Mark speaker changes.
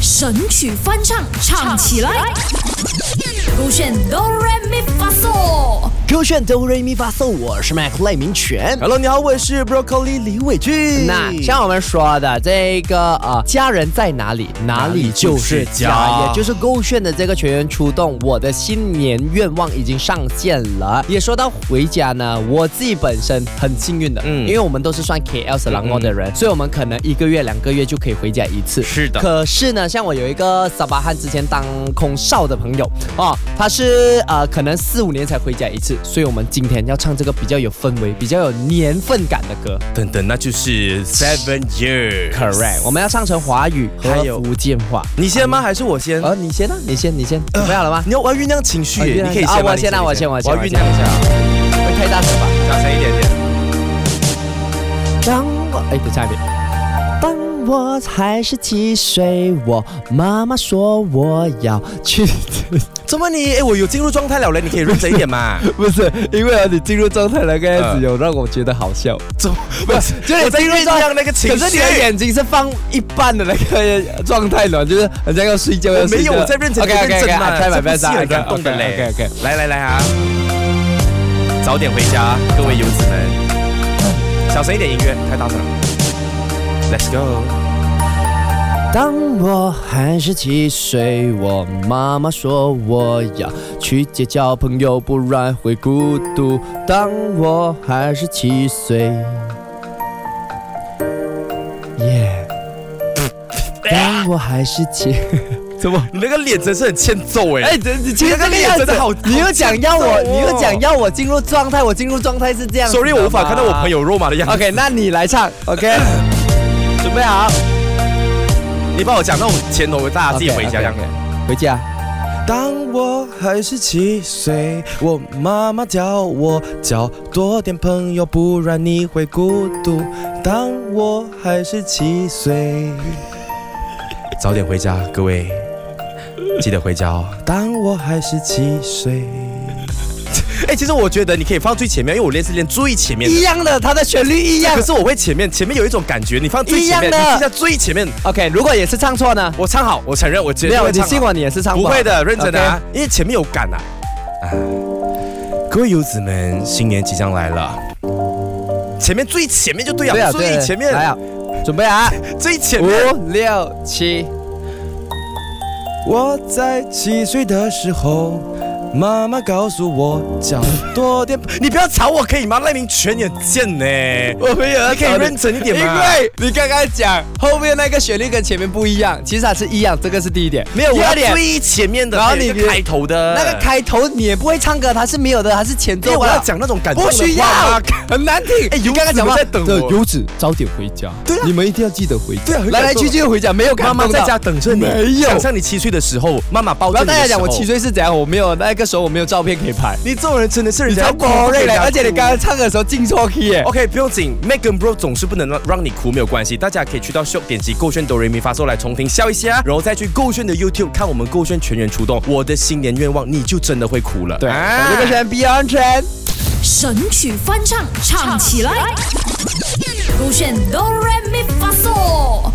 Speaker 1: 神曲翻唱，唱起来。勾选哆来咪发嗦，
Speaker 2: 勾选哆瑞咪发嗦，我是 Mac 赖明全。
Speaker 3: Hello，你好，我是 Broccoli 李伟俊。
Speaker 2: 那像我们说的这个呃，家人在哪里，哪里就是家，也就是勾选的这个全员出动。我的新年愿望已经上线了。也说到回家呢，我自己本身很幸运的，
Speaker 3: 嗯
Speaker 2: 因为我们都是算 KL 斯朗诺的人，所以我们可能一个月、两个月就可以回家一次。
Speaker 3: 是的
Speaker 2: 可是呢，像我有一个沙巴汉之前当空少的朋友哦，他是呃可能四五年才回家一次，所以我们今天要唱这个比较有氛围、比较有年份感的歌。
Speaker 3: 等等，那就是 Seven Year。
Speaker 2: Correct，我们要唱成华语
Speaker 3: 还
Speaker 2: 和
Speaker 3: 有
Speaker 2: 福建话。
Speaker 3: 你先吗？还是我先？
Speaker 2: 呃，你先啊，你先，你先，准备好了吗？
Speaker 3: 你要我要酝酿情绪，
Speaker 2: 啊
Speaker 3: 你
Speaker 2: 酝酿
Speaker 3: 可以
Speaker 2: 一下
Speaker 3: 先
Speaker 2: 啊
Speaker 3: 吗
Speaker 2: 我
Speaker 3: 你
Speaker 2: 先啊我先我先
Speaker 3: 我要
Speaker 2: 我
Speaker 3: 酝
Speaker 2: 先
Speaker 3: 酿一下，
Speaker 2: 会太大声吧？
Speaker 3: 大声一点点。
Speaker 2: 当我哎，等下一遍。当我还是七岁，我妈妈说我要去，
Speaker 3: 怎么你？哎，我有进入状态了嘞，你可以认真一点嘛。
Speaker 2: 不是因为啊，你进入状态那个样
Speaker 3: 嗯
Speaker 2: 子，有让我觉得好笑。
Speaker 3: 怎么？不 是，
Speaker 2: 就是
Speaker 3: 我在
Speaker 2: 进入
Speaker 3: 酝
Speaker 2: 状
Speaker 3: 酿那个情
Speaker 2: 可
Speaker 3: 绪。
Speaker 2: 是你的眼睛是放一半的那个状态了，就是人家要睡觉要
Speaker 3: 我
Speaker 2: 睡
Speaker 3: 没
Speaker 2: 觉。
Speaker 3: 有，我在认真
Speaker 2: OK
Speaker 3: 认
Speaker 2: OK
Speaker 3: 真嘛。
Speaker 2: OK，
Speaker 3: 这部戏很感动的嘞。
Speaker 2: OK OK。
Speaker 3: 来来来啊，早点回家，各位游子们。小声一点，音乐太大声了。Let's go。
Speaker 2: 当我还是七岁，我妈妈说我要去结交朋友，不然会孤独。当我还是七岁， 耶、当我还是七，怎么？
Speaker 3: 你那个脸真是很欠揍哎、
Speaker 2: 哎，这你其实这个
Speaker 3: 你那个脸
Speaker 2: 样
Speaker 3: 真
Speaker 2: 子
Speaker 3: 的好
Speaker 2: 你又讲要
Speaker 3: 好
Speaker 2: 我，
Speaker 3: 欠揍哦
Speaker 2: 你又讲要我进入状态，我进入状态是这样子
Speaker 3: s o r r y 我无法
Speaker 2: 的
Speaker 3: 看到我
Speaker 2: 嘛
Speaker 3: 朋友肉麻的样子。
Speaker 2: OK，那你来 唱，OK，准备好，
Speaker 3: 你帮我讲那种前头大家啊自己回家这样。
Speaker 2: OK，OK，回家。
Speaker 3: 当我还是七岁，我妈妈教我交多点朋友，不然你会孤独。当我还是七岁，早点回家，各位，记得回家哦。当我还是七岁。哎、其实我觉得你可以放最前面，因为我练是练最前面的
Speaker 2: 一。样的，它的旋律一样
Speaker 3: 可。是我会前面，前面有一种感觉，你放最前
Speaker 2: 一样
Speaker 3: 面，你
Speaker 2: 的
Speaker 3: 听一下最前面，
Speaker 2: OK，如果也是唱错呢？
Speaker 3: 我唱好，我承认，我绝
Speaker 2: 没
Speaker 3: 对
Speaker 2: 有，
Speaker 3: 会
Speaker 2: 你
Speaker 3: 唱
Speaker 2: 信
Speaker 3: 好
Speaker 2: 我，你也是唱
Speaker 3: 不会的，认真的、啊
Speaker 2: OK
Speaker 3: 因为前面有感啊。啊各位游子们，新年即将来了，前面最前面就对了，
Speaker 2: 对啊，对
Speaker 3: 最
Speaker 2: 啊
Speaker 3: 前
Speaker 2: 来
Speaker 3: 面，
Speaker 2: 啊，准备啊，
Speaker 3: 最前面。
Speaker 2: 五六七，
Speaker 3: 我在七岁的时候，妈妈告诉我讲多点。你不要吵我可以吗？赖明全也贱呢、
Speaker 2: 我没有，
Speaker 3: 你可以认真一点
Speaker 2: 呃因
Speaker 3: 吗？
Speaker 2: 为你刚刚讲后面那个旋律跟前面不一样，其实它是一样，这个是第一点。
Speaker 3: 没有，我
Speaker 2: 第
Speaker 3: 要
Speaker 2: 二点，呃
Speaker 3: 最前面的，
Speaker 2: 然后
Speaker 3: 有一
Speaker 2: 你
Speaker 3: 个开头的
Speaker 2: 那个开头你也不会唱歌，它是没有的，它是前
Speaker 3: 因为
Speaker 2: 奏
Speaker 3: 我要
Speaker 2: 的。
Speaker 3: 讲那种感动
Speaker 2: 不
Speaker 3: 的
Speaker 2: 需要
Speaker 3: 话吗，
Speaker 2: 很难听。
Speaker 3: 哎
Speaker 2: 你
Speaker 3: 游
Speaker 2: 刚刚
Speaker 3: 子
Speaker 2: 讲
Speaker 3: 们
Speaker 2: 话
Speaker 3: 在等
Speaker 2: 对
Speaker 3: 我
Speaker 2: 游子早点回家。
Speaker 3: 对啊
Speaker 2: 你们一定要记得回家。
Speaker 3: 对啊很
Speaker 2: 来来
Speaker 3: 感动
Speaker 2: 去去回家，没有感
Speaker 3: 妈
Speaker 2: 动
Speaker 3: 妈在
Speaker 2: 到
Speaker 3: 家等着你。
Speaker 2: 没有
Speaker 3: 想象你七岁的时候，妈妈抱
Speaker 2: 不
Speaker 3: 着
Speaker 2: 要
Speaker 3: 你的
Speaker 2: 大
Speaker 3: 时候。
Speaker 2: 家讲我七岁是怎样，我没有那个时候我没有照片可以拍。
Speaker 3: 你这种人真的是人
Speaker 2: 你
Speaker 3: 家
Speaker 2: 超
Speaker 3: 哭不
Speaker 2: boring
Speaker 3: 给人
Speaker 2: 嘞，
Speaker 3: 家
Speaker 2: 而且你
Speaker 3: 哭
Speaker 2: 刚刚唱的时候进错 key 耶。
Speaker 3: OK，不用紧，Megan Bro 总是不能让让你哭，没有关系，大家可以去到秀点击购炫哆瑞咪发嗦来重听笑一下，然后再去购炫的 YouTube 看我们购炫全员出动。我的新年愿望，你就真的会哭了。
Speaker 2: 对，
Speaker 3: 啊
Speaker 2: 我这个选 Beyond Trend。
Speaker 1: 神曲翻唱，唱起来。勾选哆来咪发嗦。